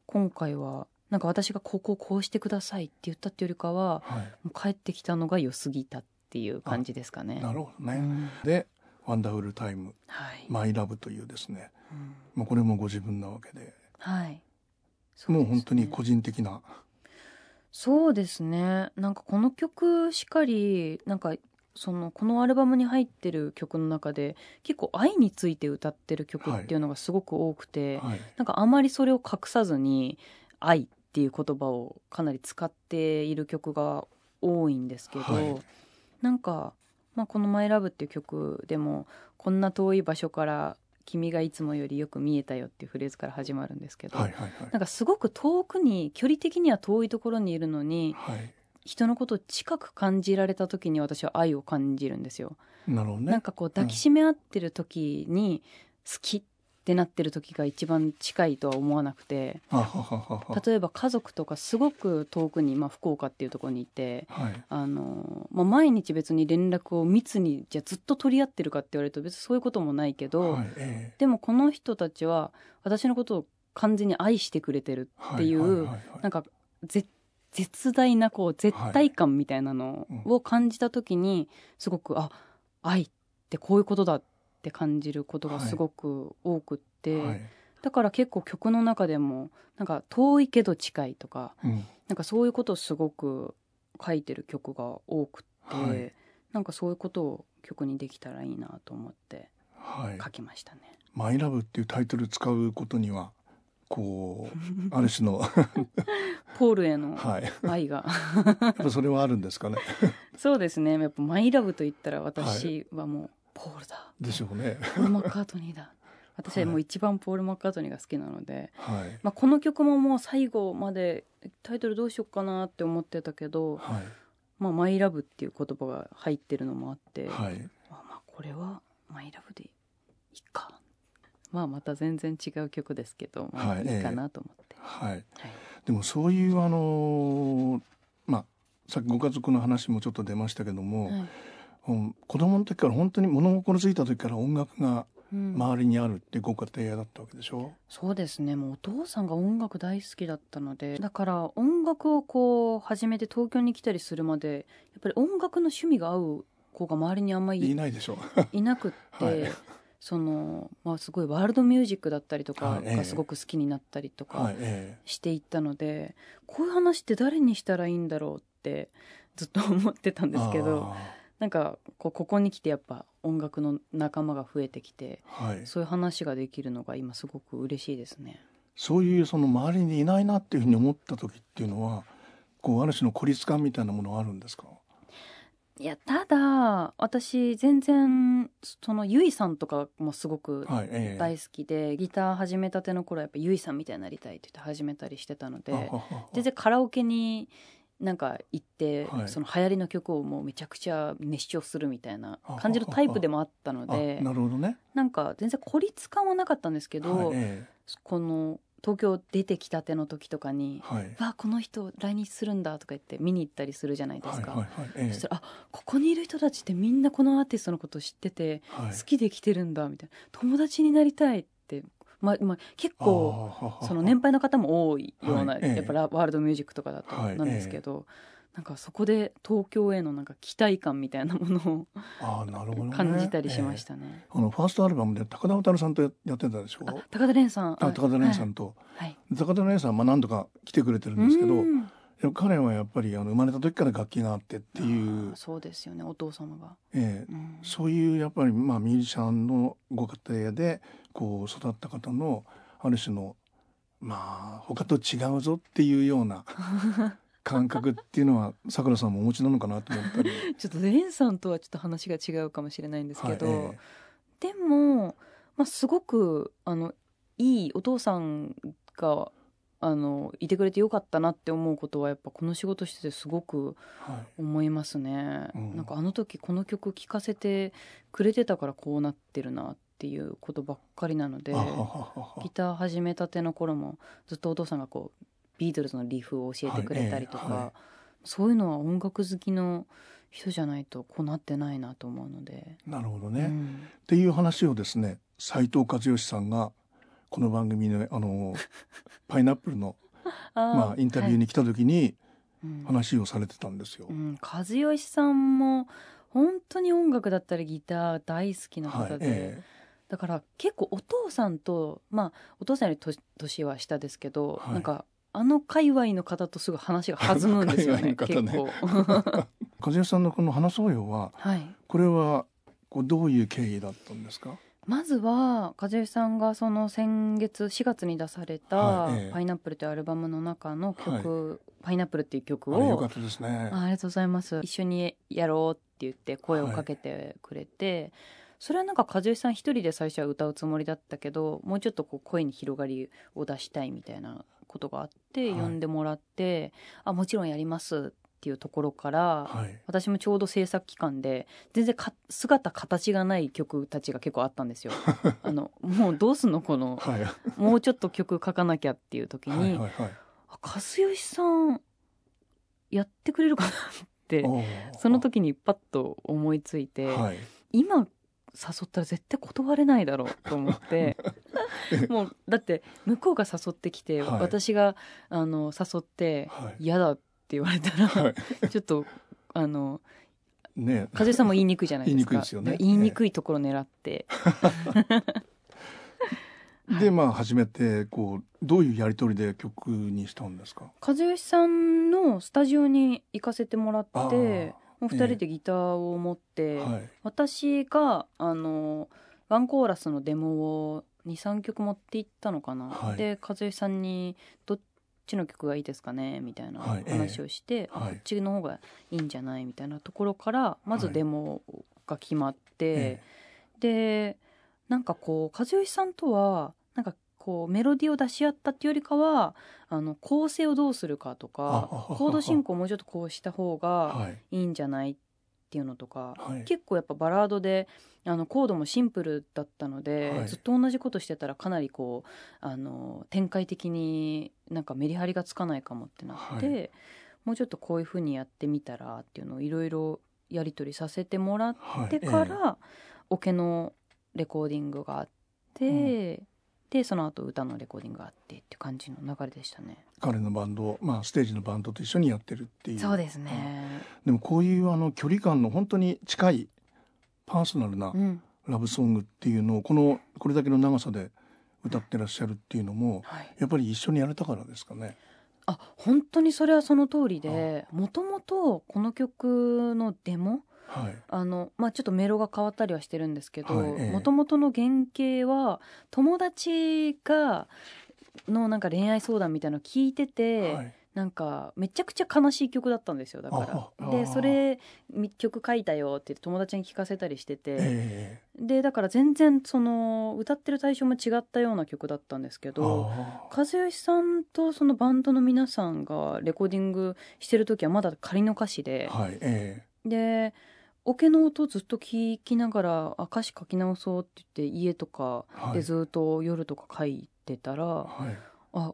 Speaker 2: 今回はなんか私がこうこうこうしてくださいって言ったってよりかは
Speaker 1: はい。
Speaker 2: もう帰ってきたのが良すぎたっていう感じですかね。
Speaker 1: なるほど
Speaker 2: う
Speaker 1: ね。
Speaker 2: ん
Speaker 1: で、ワンダフルタイム、
Speaker 2: はい、
Speaker 1: マイラブというですね。
Speaker 2: うん
Speaker 1: まあ、これもご自分なわけで。
Speaker 2: はいそ
Speaker 1: もう
Speaker 2: ですね
Speaker 1: 本当に個人的な。
Speaker 2: そうですねなんかこの曲しかりなんかそのこのアルバムに入ってる曲の中で結構愛について歌ってる曲っていうのがすごく多くて、
Speaker 1: はい。
Speaker 2: なんかあまりそれを隠さずに「愛」っていう言葉をかなり使っている曲が多いんですけど、
Speaker 1: はい
Speaker 2: なんか、まあ、この「マイラブっていう曲でも「こんな遠い場所から君がいつもよりよく見えたよ」っていうフレーズから始まるんですけど、
Speaker 1: はい。はい。
Speaker 2: な
Speaker 1: は
Speaker 2: んかすごく遠くに距離的には遠いところにいるのに
Speaker 1: い。はい。
Speaker 2: 人のことを近く感じられた時に私は愛を感じるんですよ。
Speaker 1: なるほど
Speaker 2: なん
Speaker 1: ね。
Speaker 2: かこう抱きしめ合ってる時に好きってなってる時が一番近いとは思わなくて
Speaker 1: あはははは。
Speaker 2: 例えば家族とかすごく遠くに、まあ、福岡っていうところにいて。
Speaker 1: はい。
Speaker 2: あのまあ、毎日別に連絡を密にじゃあずっと取り合ってるかって言われると別にそういうこともないけど、
Speaker 1: はい。え
Speaker 2: でもこの人たちは私のことを完全に愛してくれてる
Speaker 1: え。は
Speaker 2: っていう
Speaker 1: はいはいはい
Speaker 2: なんかぜ絶大なこう絶対感みたいなのを感じた時にすごく、あ愛ってこういうことだって感じることがすごく多くって、
Speaker 1: はい。
Speaker 2: だから結構曲の中でもなんか遠いけど近いとか
Speaker 1: うん。
Speaker 2: なんかそういうことをすごく書いてる曲が多くって、
Speaker 1: はい
Speaker 2: なんかそういうことを曲にできたらいいなと思って
Speaker 1: はい。
Speaker 2: 書きましたね。 [LAUGHS]
Speaker 1: マイラブっていうタイトル使うことには、こ
Speaker 2: [LAUGHS]
Speaker 1: う、ある種の、
Speaker 2: ポールへの
Speaker 1: はい。や
Speaker 2: 愛が [LAUGHS]
Speaker 1: っぱそれはあるんですかね。
Speaker 2: そうですねやっぱ「マイ・ラブ」と言ったら私はもうポールだ、
Speaker 1: でしょうね。 [LAUGHS]
Speaker 2: ポール・マッカートニーだ私はもう一番ポール・マッカートニーが好きなので、
Speaker 1: はい
Speaker 2: まあ、この曲ももう最後までタイトルどうしようかなって思ってたけど
Speaker 1: はい
Speaker 2: 「まあ、マイ・ラブ」っていう言葉が入ってるのもあって、
Speaker 1: はい
Speaker 2: あまあこれは「マイ・ラブ」でいいかまあまた全然違う曲ですけど、ま
Speaker 1: は
Speaker 2: あ、
Speaker 1: い
Speaker 2: いいかなと思って、
Speaker 1: はい
Speaker 2: はい
Speaker 1: でもそういうあのーまあさっきご家族の話もちょっと出ましたけども、
Speaker 2: はい
Speaker 1: うん子供の時から本当に物心ついた時から音楽が
Speaker 2: うん
Speaker 1: 周りにあるってご家庭だったわけでしょ、
Speaker 2: そうですねもうお父さんが音楽大好きだったのでだから音楽をこう始めて東京に来たりするまでやっぱり音楽の趣味が合う子が周りにあんま
Speaker 1: 言い
Speaker 2: り
Speaker 1: ないでしょ
Speaker 2: いなくって、
Speaker 1: はい
Speaker 2: その、まあ、すごいワールドミュージックだったりとか
Speaker 1: はいええ
Speaker 2: がすごく好きになったりと
Speaker 1: は
Speaker 2: か
Speaker 1: いえ
Speaker 2: していったので、こういう話って誰にしたらいいんだろうってずっと思ってたん
Speaker 1: え
Speaker 2: ですけど
Speaker 1: あ
Speaker 2: なんかこうここに来てやっぱ音楽の仲間が増えてきて
Speaker 1: あはい
Speaker 2: そういう話ができるのが今すごく嬉しいですね。
Speaker 1: そういうその周りにいないなっていうふうに思った時っていうのはこうある種の孤立感みたいなものはあるんですか
Speaker 2: いやただ私全然そのゆいさんとかもすごく
Speaker 1: はいええ
Speaker 2: 大好きで、ギター始めたての頃はやっぱゆいさんみたいになりたいって言って始めたりしてたので
Speaker 1: あはは
Speaker 2: 全然カラオケになんか行って、
Speaker 1: はい
Speaker 2: その流行りの曲をもうめちゃくちゃ熱唱するみたいな
Speaker 1: あ
Speaker 2: 感じのタイプでもあったの
Speaker 1: あ
Speaker 2: で
Speaker 1: なるほどね
Speaker 2: なんか全然孤立感はなかったんですけど、
Speaker 1: はいえ
Speaker 2: この東京出てきたての時とか
Speaker 1: え
Speaker 2: に
Speaker 1: はい
Speaker 2: 「わあこの人来日するんだ」とか言って見に行ったりするじゃないで
Speaker 1: は
Speaker 2: す
Speaker 1: い
Speaker 2: か。
Speaker 1: はいはいえ
Speaker 2: そし
Speaker 1: え
Speaker 2: たらあここにいる人たちってみんなこのアーティストのこと知ってて、
Speaker 1: はい
Speaker 2: 好きで来てるんだみたいな友達になりたいって、ままあ、結
Speaker 1: ああ
Speaker 2: 構
Speaker 1: ははは
Speaker 2: その年配の方も多いような、
Speaker 1: はいええ
Speaker 2: やっぱラワールドミュージックとかだと
Speaker 1: はい
Speaker 2: なんですけど、なんかそこで東京へのなんか期待感みたいなもの
Speaker 1: ああなるほど
Speaker 2: を
Speaker 1: ね
Speaker 2: 感じたりしましたね。
Speaker 1: ええあのファーストアルバムで高田渡さんとややってたでしょ
Speaker 2: あ高田蓮さん
Speaker 1: あ高田蓮さ
Speaker 2: はい
Speaker 1: んと、
Speaker 2: はい
Speaker 1: 高田蓮さんはまあ何度か来てくれてるんですけ
Speaker 2: う
Speaker 1: ど
Speaker 2: ん
Speaker 1: 彼はやっぱりあの生まれた時から楽器があってっていう
Speaker 2: あー、そうですよねお父様が、
Speaker 1: ええ
Speaker 2: うん
Speaker 1: そういうやっぱりまあミュージシャンのご家庭でこう育った方のある種のまあ他と違うぞっていうよう
Speaker 2: [LAUGHS]
Speaker 1: な感覚っていうのはさくらさんもお持ちなのかなと思ったり。
Speaker 2: ちょっと蓮さんとはちょっと話が違うかもしれないんですけど、
Speaker 1: はいええ
Speaker 2: でも、まあ、すごくあのいいお父さんがあのいてくれてよかったなって思うことはやっぱこの仕事しててすごく
Speaker 1: はい
Speaker 2: 思いますね、
Speaker 1: うん
Speaker 2: なんかあの時この曲聴かせてくれてたからこうなってるなっていうことばっかりなので
Speaker 1: あはははは
Speaker 2: ギター始めたての頃もずっとお父さんがこうビートルズのリフを教えてくれたりとか、
Speaker 1: はいええはい
Speaker 2: そういうのは音楽好きの人じゃないとこうなってないなと思うので。
Speaker 1: なるほどね、
Speaker 2: う
Speaker 1: っ
Speaker 2: ん
Speaker 1: ていう話をですね斉藤和義さんがこの番組のあのパイナップル
Speaker 2: [LAUGHS]
Speaker 1: のまあインタビュー、に来た時に
Speaker 2: あーはいうん
Speaker 1: 話をされてたんですよ。
Speaker 2: うん、和義さんも本当に音楽だったりギター大好きな
Speaker 1: はい
Speaker 2: 方で、
Speaker 1: え
Speaker 2: だから結構お父さんとまあお父さんより年年は下ですけど、
Speaker 1: はい
Speaker 2: なんかあの界隈の方とすぐ話が弾むんですよね
Speaker 1: [LAUGHS] 界隈の
Speaker 2: 結構
Speaker 1: え和義さんのこの「話そうよ」は
Speaker 2: はい
Speaker 1: これはこうどういう経緯だったんですか
Speaker 2: まずは和義さんがその先月4月に出された
Speaker 1: はいええ
Speaker 2: 「パイナップル」というアルバムの中の曲「パイナップル」っていう曲
Speaker 1: あれよ
Speaker 2: を
Speaker 1: かったですね。
Speaker 2: あありがとうございます一緒にやろうって言って声をかけてくれて、それはなんか和義さん一人で最初は歌うつもりだったけどもうちょっとこう声に広がりを出したいみたいなことがあって、
Speaker 1: はい
Speaker 2: 呼んでもらってあもちろんやりますっていうところから、
Speaker 1: はい、
Speaker 2: 私もちょうど制作期間で全然か姿形がない曲たちが結構あったんですよ。あのもうどうすんのこの
Speaker 1: はい、は
Speaker 2: もうちょっと曲書かなきゃっていう時
Speaker 1: い
Speaker 2: に、
Speaker 1: はいはい
Speaker 2: あ和義さんやってくれるかなって
Speaker 1: おー
Speaker 2: その時にパッと思いついて、
Speaker 1: はい
Speaker 2: 今誘ったら絶対断れないだろうと思って
Speaker 1: [LAUGHS]
Speaker 2: もうだって向こうが誘ってきて、
Speaker 1: はい
Speaker 2: 私があの誘って
Speaker 1: は
Speaker 2: 「
Speaker 1: い
Speaker 2: 嫌だ」って言われたら、
Speaker 1: は
Speaker 2: ちょっとあの
Speaker 1: いね
Speaker 2: 和江さんも言いにくいじゃないですか
Speaker 1: 言いにくいですよね
Speaker 2: だから言いにくいところ狙って、
Speaker 1: でまあ初めてこうどういうやり取りで曲にしたんですか
Speaker 2: 和義さんのスタジオに行かせてもらって
Speaker 1: あー
Speaker 2: もう2人でギターを持って、
Speaker 1: はい
Speaker 2: 私があのワンコーラスのデモを23曲持って行ったのかな、
Speaker 1: はい
Speaker 2: で和義さんに「どっちの曲がいいですかね?」みたいな
Speaker 1: はい
Speaker 2: 話をして、
Speaker 1: はい
Speaker 2: あこっちの方がいいんじゃないみたいなところからまずデモが決まって、
Speaker 1: え
Speaker 2: でなんかこう和義さんとはなんかこうメロディーを出し合ったっていうよりかはあの構成をどうするかとか
Speaker 1: あああ
Speaker 2: コード進行をもうちょっとこうした方が
Speaker 1: はい
Speaker 2: いいんじゃないっていうのとか、
Speaker 1: はい
Speaker 2: 結構やっぱバラードであのコードもシンプルだったので、
Speaker 1: はい
Speaker 2: ずっと同じことしてたらかなりこうあの展開的になんかメリハリがつかないかもってなって、
Speaker 1: は
Speaker 2: もうちょっとこういうふうにやってみたらっていうのをいろいろやり取りさせてもらっ
Speaker 1: はい
Speaker 2: てから、オケのレコーディングがあって、でその後歌のレコーディングがあってっていう感じの流れでしたね。
Speaker 1: 彼のバンドを、まあ、ステージのバンドと一緒にやってるっていう
Speaker 2: そうですね、
Speaker 1: でもこういうあの距離感の本当に近いパーソナルな
Speaker 2: うん
Speaker 1: ラブソングっていうのをこのこれだけの長さで歌ってらっしゃるっていうのも
Speaker 2: はい、
Speaker 1: やっぱり一緒にやれたからですかね。
Speaker 2: あ本当にそれはその通りでもともとこの曲のデモ
Speaker 1: はい、
Speaker 2: あの、まあ、ちょっとメロが変わったりはしてるんですけど
Speaker 1: はいええ
Speaker 2: もともとの原型は友達がのなんか恋愛相談みたいなの聞いてて、
Speaker 1: はい
Speaker 2: なんかめちゃくちゃ悲しい曲だったんですよだか
Speaker 1: あ
Speaker 2: ら。
Speaker 1: ああ
Speaker 2: でそれみ曲書いたよって友達に聞かせたりしてて、
Speaker 1: え
Speaker 2: でだから全然その歌ってる対象も違ったような曲だったんですけ
Speaker 1: え
Speaker 2: ど。
Speaker 1: あ
Speaker 2: 和義さんとそのバンドの皆さんがレコーディングしてる時はまだ仮の歌詞
Speaker 1: あ
Speaker 2: で、
Speaker 1: はいえ
Speaker 2: でオケの音ずっと聞きながらあ歌詞書き直そうって言って家とか
Speaker 1: えはい
Speaker 2: でずっと夜とか書いてたら、
Speaker 1: はい、
Speaker 2: あ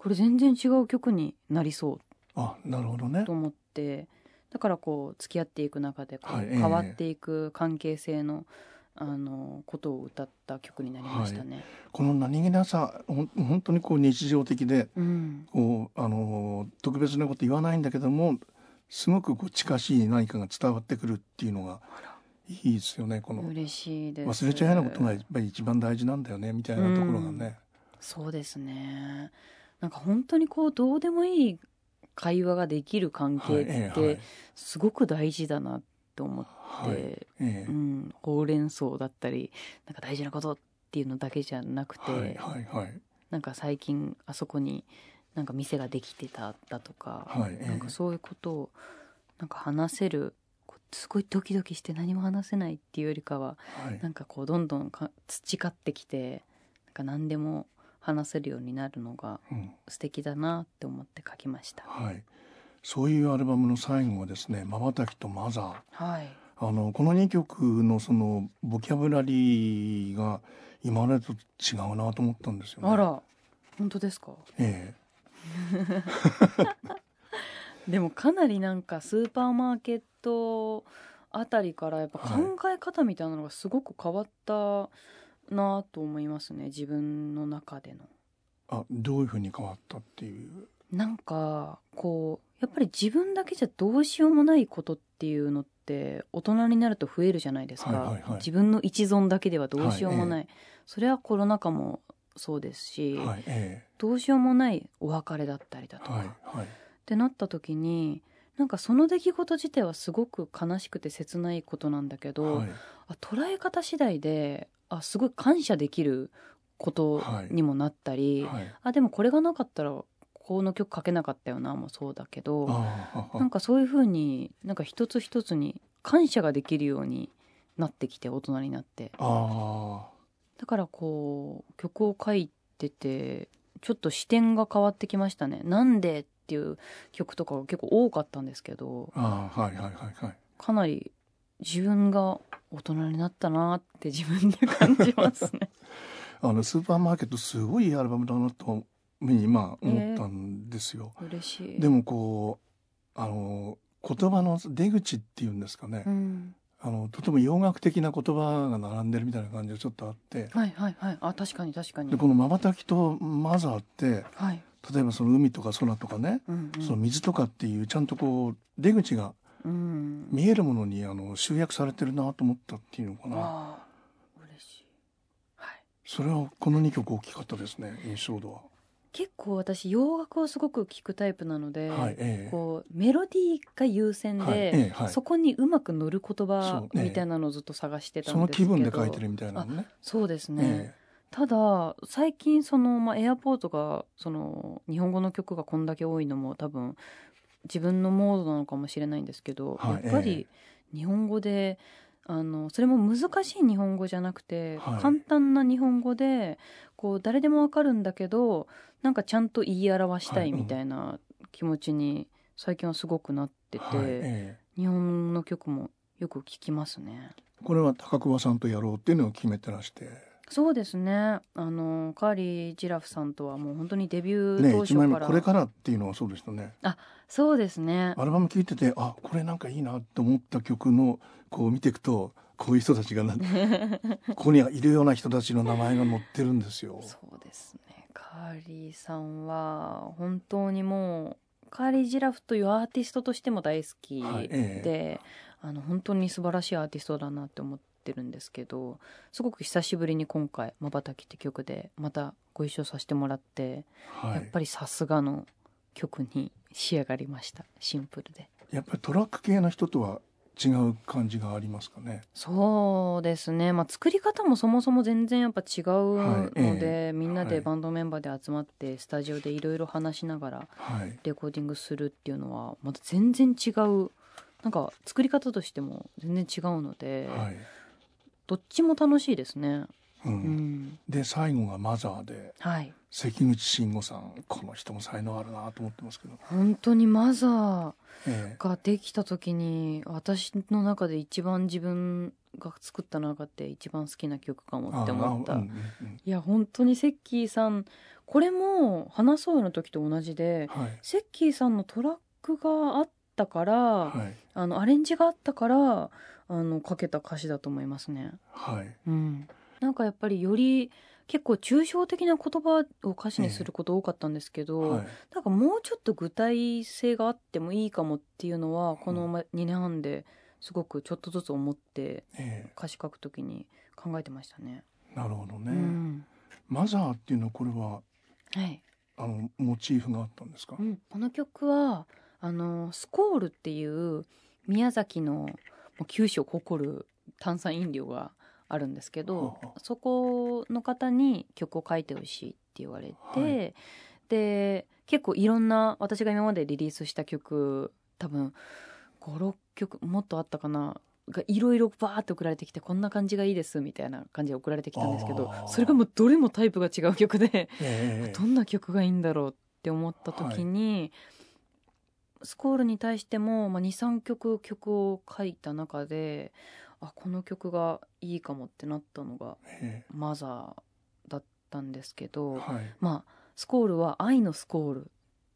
Speaker 2: これ全然違う曲になりそ
Speaker 1: あなるほどね
Speaker 2: うと思ってだからこう付き合っていく中でこう
Speaker 1: はいええ
Speaker 2: 変わっていく関係性の,、あのことを歌った曲になりましたね。
Speaker 1: この何気なさほん本当にこう日常的で
Speaker 2: うん、
Speaker 1: こうあの特別なこと言わないんだけどもすごくこう近しい何かが伝わってくるっていうのがいいですよねこの
Speaker 2: 嬉しいです
Speaker 1: 忘れちゃいないことがやっぱり一番大事なんだよねみたいなところがね、
Speaker 2: そうですねなんか本当にこうどうでもいい会話ができる関
Speaker 1: はい
Speaker 2: 係っ
Speaker 1: ええはい
Speaker 2: てすごく大事だなって思って、
Speaker 1: はいええ
Speaker 2: うん、ほうれん草だったりなんか大事なことっていうのだけじゃなくて、
Speaker 1: はいはいはい
Speaker 2: なんか最近あそこになんか店ができてただとか、
Speaker 1: はいええ
Speaker 2: なんかそういうことをなんか話せるこうすごいドキドキして何も話せないっていうよりかは
Speaker 1: はい
Speaker 2: なんかこうどんどんか培ってきてなんか何でも話せるようになるのが
Speaker 1: うん
Speaker 2: 素敵だなって思って書きました。
Speaker 1: はいそういうアルバムの最後はですね「まばたきとマザー」
Speaker 2: はい。
Speaker 1: あのこの2曲のそのボキャブラリーが今までと違うなと思ったんですよね。
Speaker 2: あら、本当ですか。
Speaker 1: え
Speaker 2: でもかなりなんかスーパーマーケットあたりからやっぱ
Speaker 1: はい
Speaker 2: 考え方みたいなのがすごく変わったなと思いますね、自分の中での。
Speaker 1: えあどういうふうに変わったっていう。
Speaker 2: なんかこうやっぱり自分だけじゃどうしようもないことっていうのって大人になると増えるじゃないですか、
Speaker 1: はいはいはい
Speaker 2: 自分の一存だけではどうしようもない、それはコロナ禍もそうですし、
Speaker 1: はいえ
Speaker 2: どうしようもないお別れだったりだ
Speaker 1: え
Speaker 2: とか、
Speaker 1: はい
Speaker 2: っ
Speaker 1: はい
Speaker 2: てなった時になんかその出来事自体はすごく悲しくて切ないことなんだけど、
Speaker 1: はい
Speaker 2: あ捉え方次第であすごい感謝できることにもなったり、
Speaker 1: はい
Speaker 2: あでもこれがなかったらこの曲書けなかったよなもそうだけど
Speaker 1: ああ
Speaker 2: なんかそういうふうになんか一つ一つに感謝ができるようになってきて大人になって
Speaker 1: ああ
Speaker 2: だからこう曲を書いててちょっと視点が変わってきましたね「なんで?」っていう曲とかが結構多かったんですけど
Speaker 1: ああはいはいはいはい。
Speaker 2: かなり自分が大人になったなって自分で感じま
Speaker 1: [LAUGHS]
Speaker 2: すね。
Speaker 1: あのスーパーマーケットすごいいいアルバムだなと今思ったんですよ。
Speaker 2: 嬉しい
Speaker 1: でもこうあの言葉の出口っていうんですかね、
Speaker 2: うん、
Speaker 1: あのとても洋楽的な言葉が並んでるみたいな感じがちょっとあって
Speaker 2: はいはいはいあ確かに確かに
Speaker 1: でこの「まばたき」と「マザー」って
Speaker 2: はい、
Speaker 1: 例えばその海とか空とかね、
Speaker 2: うんうん
Speaker 1: その水とかっていうちゃんとこう出口が
Speaker 2: うん
Speaker 1: 見えるものにあの集約されてるなと思ったっていうのかな
Speaker 2: ああ嬉しい、はい、
Speaker 1: それはこの2曲大きかったですね印象度は。
Speaker 2: 結構私洋楽をすごく聞くタイプなので、
Speaker 1: はいええ
Speaker 2: こうメロディーが優先で、
Speaker 1: はいええはい
Speaker 2: そこにうまく乗る言葉
Speaker 1: そうええ
Speaker 2: みたいなのをずっと探してた
Speaker 1: そ
Speaker 2: ん
Speaker 1: の
Speaker 2: ですけ
Speaker 1: 気
Speaker 2: ど
Speaker 1: 分で書いてるみたいなのね。
Speaker 2: そうです
Speaker 1: え
Speaker 2: ね、ただ最近その、まあ、エアポートがその日本語の曲がこんだけ多いのも多分自分のモードなのかもしれないんですけど、
Speaker 1: はい
Speaker 2: やっぱり
Speaker 1: え
Speaker 2: 日本語であのそれも難しい日本語じゃなくて、
Speaker 1: はい
Speaker 2: 簡単な日本語でこう誰でもわかるんだけどなんかちゃんと言い表した
Speaker 1: はい
Speaker 2: い
Speaker 1: うん
Speaker 2: みたいな気持ちに最近はすごくなってて、
Speaker 1: はいえ
Speaker 2: 日本の曲もよく聴きますね。
Speaker 1: えこれは高久保さんとやろうっていうのを決めてらして、
Speaker 2: そうですねあのカーリー・ジラフさんとはもう本当にデビュー
Speaker 1: ね、
Speaker 2: 当
Speaker 1: 一
Speaker 2: 初
Speaker 1: 枚目
Speaker 2: から,、
Speaker 1: これからっていうのはそうでしたね。
Speaker 2: そうですね
Speaker 1: アルバム聴いててあこれなんかいいなと思った曲のこう見ていくとこういう人たち [LAUGHS] がなここにはいるような人たちの名前が載ってるんですよ。
Speaker 2: そうですねカーリーさんは本当にもうカーリー・ジラフというアーティストとしても大好きで、
Speaker 1: はいえ
Speaker 2: あの本当に素晴らしいアーティストだなって思ってるんですけどすごく久しぶりに今回「まばたき」って曲でまたご一緒させてもらって、
Speaker 1: は
Speaker 2: やっ
Speaker 1: い、
Speaker 2: ぱりさすがの曲に仕上がりましたシンプルで。
Speaker 1: やっぱりトラック系の人とは違う感じがありますかね。
Speaker 2: そうですね、まあ、作り方もそもそも全然やっぱ違うので、
Speaker 1: はいええ
Speaker 2: みんな
Speaker 1: は
Speaker 2: で
Speaker 1: い
Speaker 2: バンドメンバーで集まってスタジオでいろいろ話しながら
Speaker 1: はい、
Speaker 2: レコーディングするっていうのはまた全然違うなんか作り方としても全然違うので、
Speaker 1: はい
Speaker 2: どっちも楽しいですね。
Speaker 1: うん
Speaker 2: うん、
Speaker 1: で最後が「マザー」で
Speaker 2: はい
Speaker 1: 関口慎吾さんこの人も才能あるなと思ってますけど、
Speaker 2: 本当にマザ
Speaker 1: え
Speaker 2: ーができた時に私の中で一番自分が作った中で一番好きな曲か
Speaker 1: え
Speaker 2: もって思った
Speaker 1: ああうんうんうん
Speaker 2: いや本当にセッキーさんこれも「話そうよ」の時と同じで
Speaker 1: はい
Speaker 2: セッキーさんのトラックがあったから、
Speaker 1: はい
Speaker 2: あのアレンジがあったからあのかけた歌詞だと思いますね。
Speaker 1: はい
Speaker 2: うん、なんかやっぱりより結構抽象的な言葉を歌詞にすること多かったんですけど、
Speaker 1: はい
Speaker 2: なんかもうちょっと具体性があってもいいかもっていうのはこのま2年半ですごくちょっとずつ思って
Speaker 1: え
Speaker 2: 歌詞書くときに考えてましたね。
Speaker 1: えなるほどね、
Speaker 2: うん
Speaker 1: マザーっていうのはこれは
Speaker 2: はい
Speaker 1: あのモチーフがあったんですか、
Speaker 2: うん、この曲はあのスコールっていう宮崎のもう九州を誇る炭酸飲料があるんですけど
Speaker 1: はあは
Speaker 2: そこの方に曲を書いてほしいって言われて、
Speaker 1: はい
Speaker 2: で結構いろんな私が今までリリースした曲多分56曲もっとあったかながいろいろバーって送られてきてこんな感じがいいですみたいな感じで送られてきたんですけど
Speaker 1: あー
Speaker 2: それがもうどれもタイプが違う曲で。
Speaker 1: ええ
Speaker 2: どんな曲がいいんだろうって思った時に、スコールに対しても、まあ、23曲曲を書いた中であこの曲がいいかもってなったのが
Speaker 1: え
Speaker 2: 「マザー」だったんですけ
Speaker 1: え
Speaker 2: ど、
Speaker 1: はい
Speaker 2: まあスコールは「愛のスコール」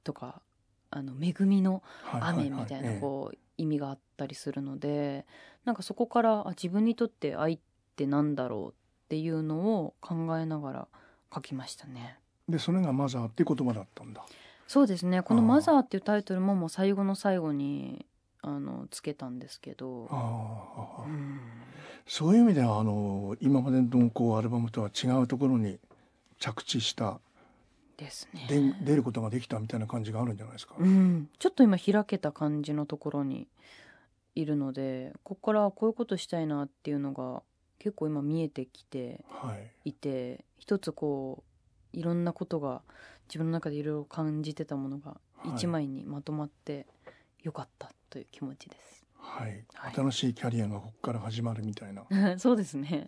Speaker 2: とか「あの恵みの
Speaker 1: はい
Speaker 2: 雨」みたい
Speaker 1: は
Speaker 2: な
Speaker 1: は
Speaker 2: こう意味があったりするのでなんかそこからあ自分にとって愛ってなんだろうっていうのを考えながら書きましたね。
Speaker 1: えでそれがマザーっていう言葉だったんだ
Speaker 2: そうですねこの「
Speaker 1: あー
Speaker 2: マザー」っていうタイトルももう最後の最後にあのつけたんですけど
Speaker 1: あ、
Speaker 2: う
Speaker 1: あ
Speaker 2: ん、
Speaker 1: そういう意味ではあの今までのこうアルバムとは違うところに着地した
Speaker 2: です
Speaker 1: で
Speaker 2: ね、
Speaker 1: 出ることができたみたいな感じがあるんじゃないですか、
Speaker 2: うん、ちょっと今開けた感じのところにいるのでここからこういうことしたいなっていうのが結構今見えてきて
Speaker 1: はい
Speaker 2: いて一つこういろんなことが自分の中でいろいろ感じてたものが
Speaker 1: はい
Speaker 2: 一枚にまとまってよかったという気持ちです。
Speaker 1: はい、
Speaker 2: はい
Speaker 1: 新しいキャリアがここから始まるみたいな、
Speaker 2: [LAUGHS] そうですね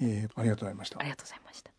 Speaker 1: ええありがとうございました
Speaker 2: ありがとうございました